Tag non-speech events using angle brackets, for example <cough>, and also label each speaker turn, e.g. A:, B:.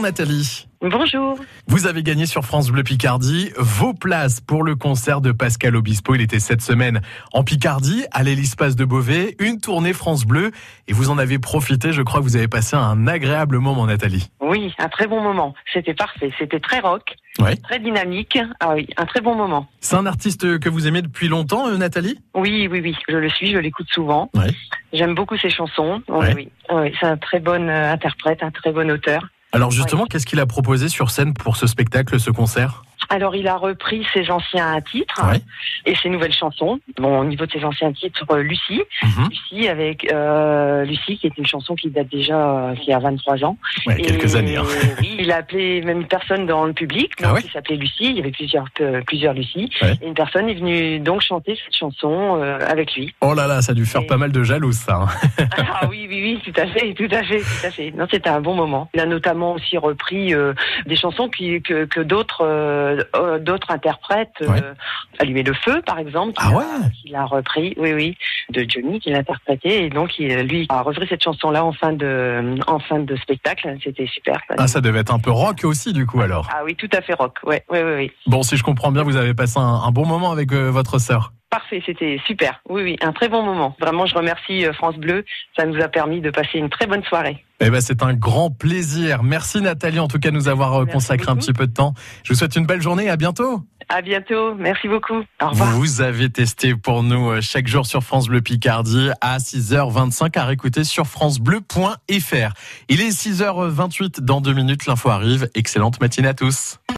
A: Nathalie.
B: Bonjour.
A: Vous avez gagné sur France Bleu Picardie vos places pour le concert de Pascal Obispo. Il était cette semaine en Picardie, à l'Hélispace de Beauvais, une tournée France Bleu. Et vous en avez profité, je crois que vous avez passé un agréable moment, Nathalie.
B: Oui, un très bon moment. C'était parfait. C'était très rock,
A: Ouais.
B: très dynamique. Ah oui, un très bon moment.
A: C'est un artiste que vous aimez depuis longtemps, euh, Nathalie
B: Oui, oui, oui. Je le suis, je l'écoute souvent.
A: Ouais.
B: J'aime beaucoup ses chansons. Oui,
A: Ouais.
B: oui. Ah Oui, c'est un très bon euh, interprète, un très bon auteur.
A: Alors justement, qu'est-ce qu'il a proposé sur scène pour ce spectacle, ce concert
B: Alors, il a repris ses anciens titres
A: Ouais.
B: et ses nouvelles chansons. Bon, au niveau de ses anciens titres, euh, Lucie.
A: Mhm.
B: Lucie, avec euh, Lucie, qui est une chanson qui date déjà, euh, qui a 23 ans.
A: Ouais, quelques
B: Et
A: années. hein.
B: oui, il a appelé même une personne dans le public,
A: Ah
B: donc
A: ouais
B: qui s'appelait Lucie. Il y avait plusieurs, euh, plusieurs Lucie.
A: Ouais.
B: Et une personne est venue donc chanter cette chanson euh,
A: <laughs>
B: avec lui.
A: Oh là là, ça a dû faire
B: Et-
A: pas mal de jaloux, ça. hein.
B: ah oui, oui, oui, tout à fait, tout à fait, tout à fait. Non, c'était un bon moment. Il a notamment aussi repris euh, des chansons qui, que, que d'autres, euh, euh, d'autres interprètes. euh,
A: Ouais.
B: Allumer le feu, par exemple.
A: Ah
B: qu'il a-
A: ouais
B: qu'il a repris, oui, oui, de Johnny qu'il interprétait. Et donc, il, lui, a repris cette chanson-là en fin de, en fin de spectacle. C'était super. ça.
A: Ah, ça devait être un peu rock aussi, du coup, alors.
B: Ah oui, tout à fait rock. Ouais, ouais, ouais, ouais.
A: Bon, si je comprends bien, vous avez passé un, un bon moment avec euh, votre sœur.
B: Parfait, c'était super. Oui, oui, un très bon moment. Vraiment, je remercie euh, France Bleu. Ça nous a permis de passer une très bonne soirée.
A: Eh ben, c'est un grand plaisir. Merci Nathalie, en tout cas, de nous avoir euh,
B: Merci
A: consacré un
B: beaucoup.
A: petit peu de temps. Je vous souhaite une belle journée. À bientôt.
B: À bientôt. Merci beaucoup. Au revoir.
A: Vous avez testé pour nous euh, chaque jour sur France Bleu Picardie à 6h25 à réécouter sur francebleu.fr. Il est 6h28 dans deux minutes. L'info arrive. Excellente matinée à tous.